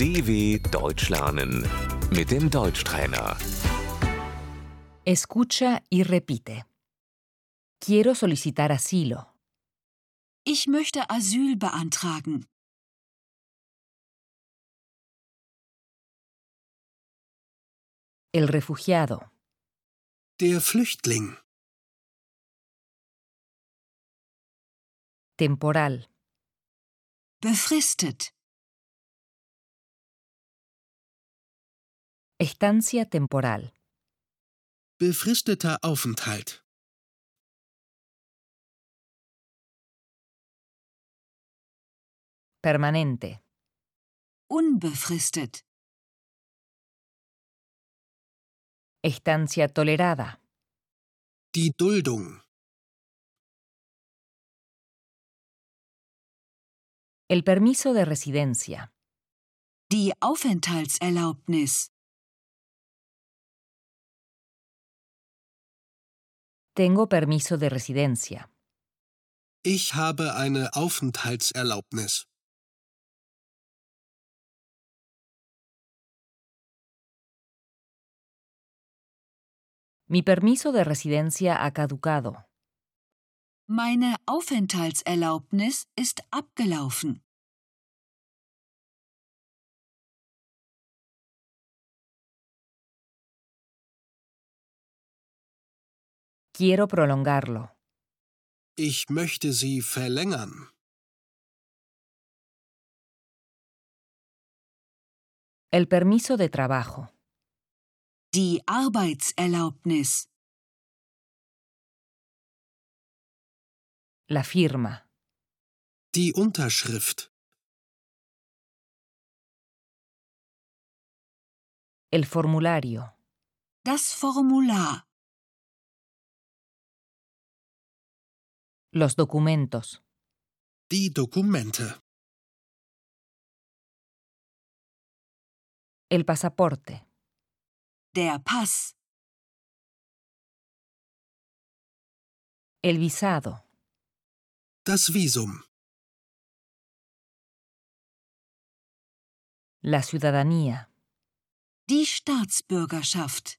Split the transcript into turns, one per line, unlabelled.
DW Deutsch lernen mit dem Deutschtrainer.
Escucha y repite. Quiero solicitar asilo.
Ich möchte Asyl beantragen.
El refugiado.
Der Flüchtling.
Temporal.
Befristet.
Estancia temporal.
Befristeter Aufenthalt.
Permanente.
Unbefristet.
Estancia tolerada.
Die Duldung.
El permiso de residencia.
Die Aufenthaltserlaubnis.
Tengo permiso de residencia.
Ich habe eine Aufenthaltserlaubnis.
Mi permiso de residencia ha caducado.
Meine Aufenthaltserlaubnis ist abgelaufen.
Quiero prolongarlo.
Ich möchte sie verlängern.
El permiso de trabajo.
Die Arbeitserlaubnis.
La firma.
Die Unterschrift.
El formulario.
Das Formular.
Los documentos.
Die Dokumente.
El pasaporte.
Der Pass.
El visado.
Das Visum.
La ciudadanía.
Die Staatsbürgerschaft.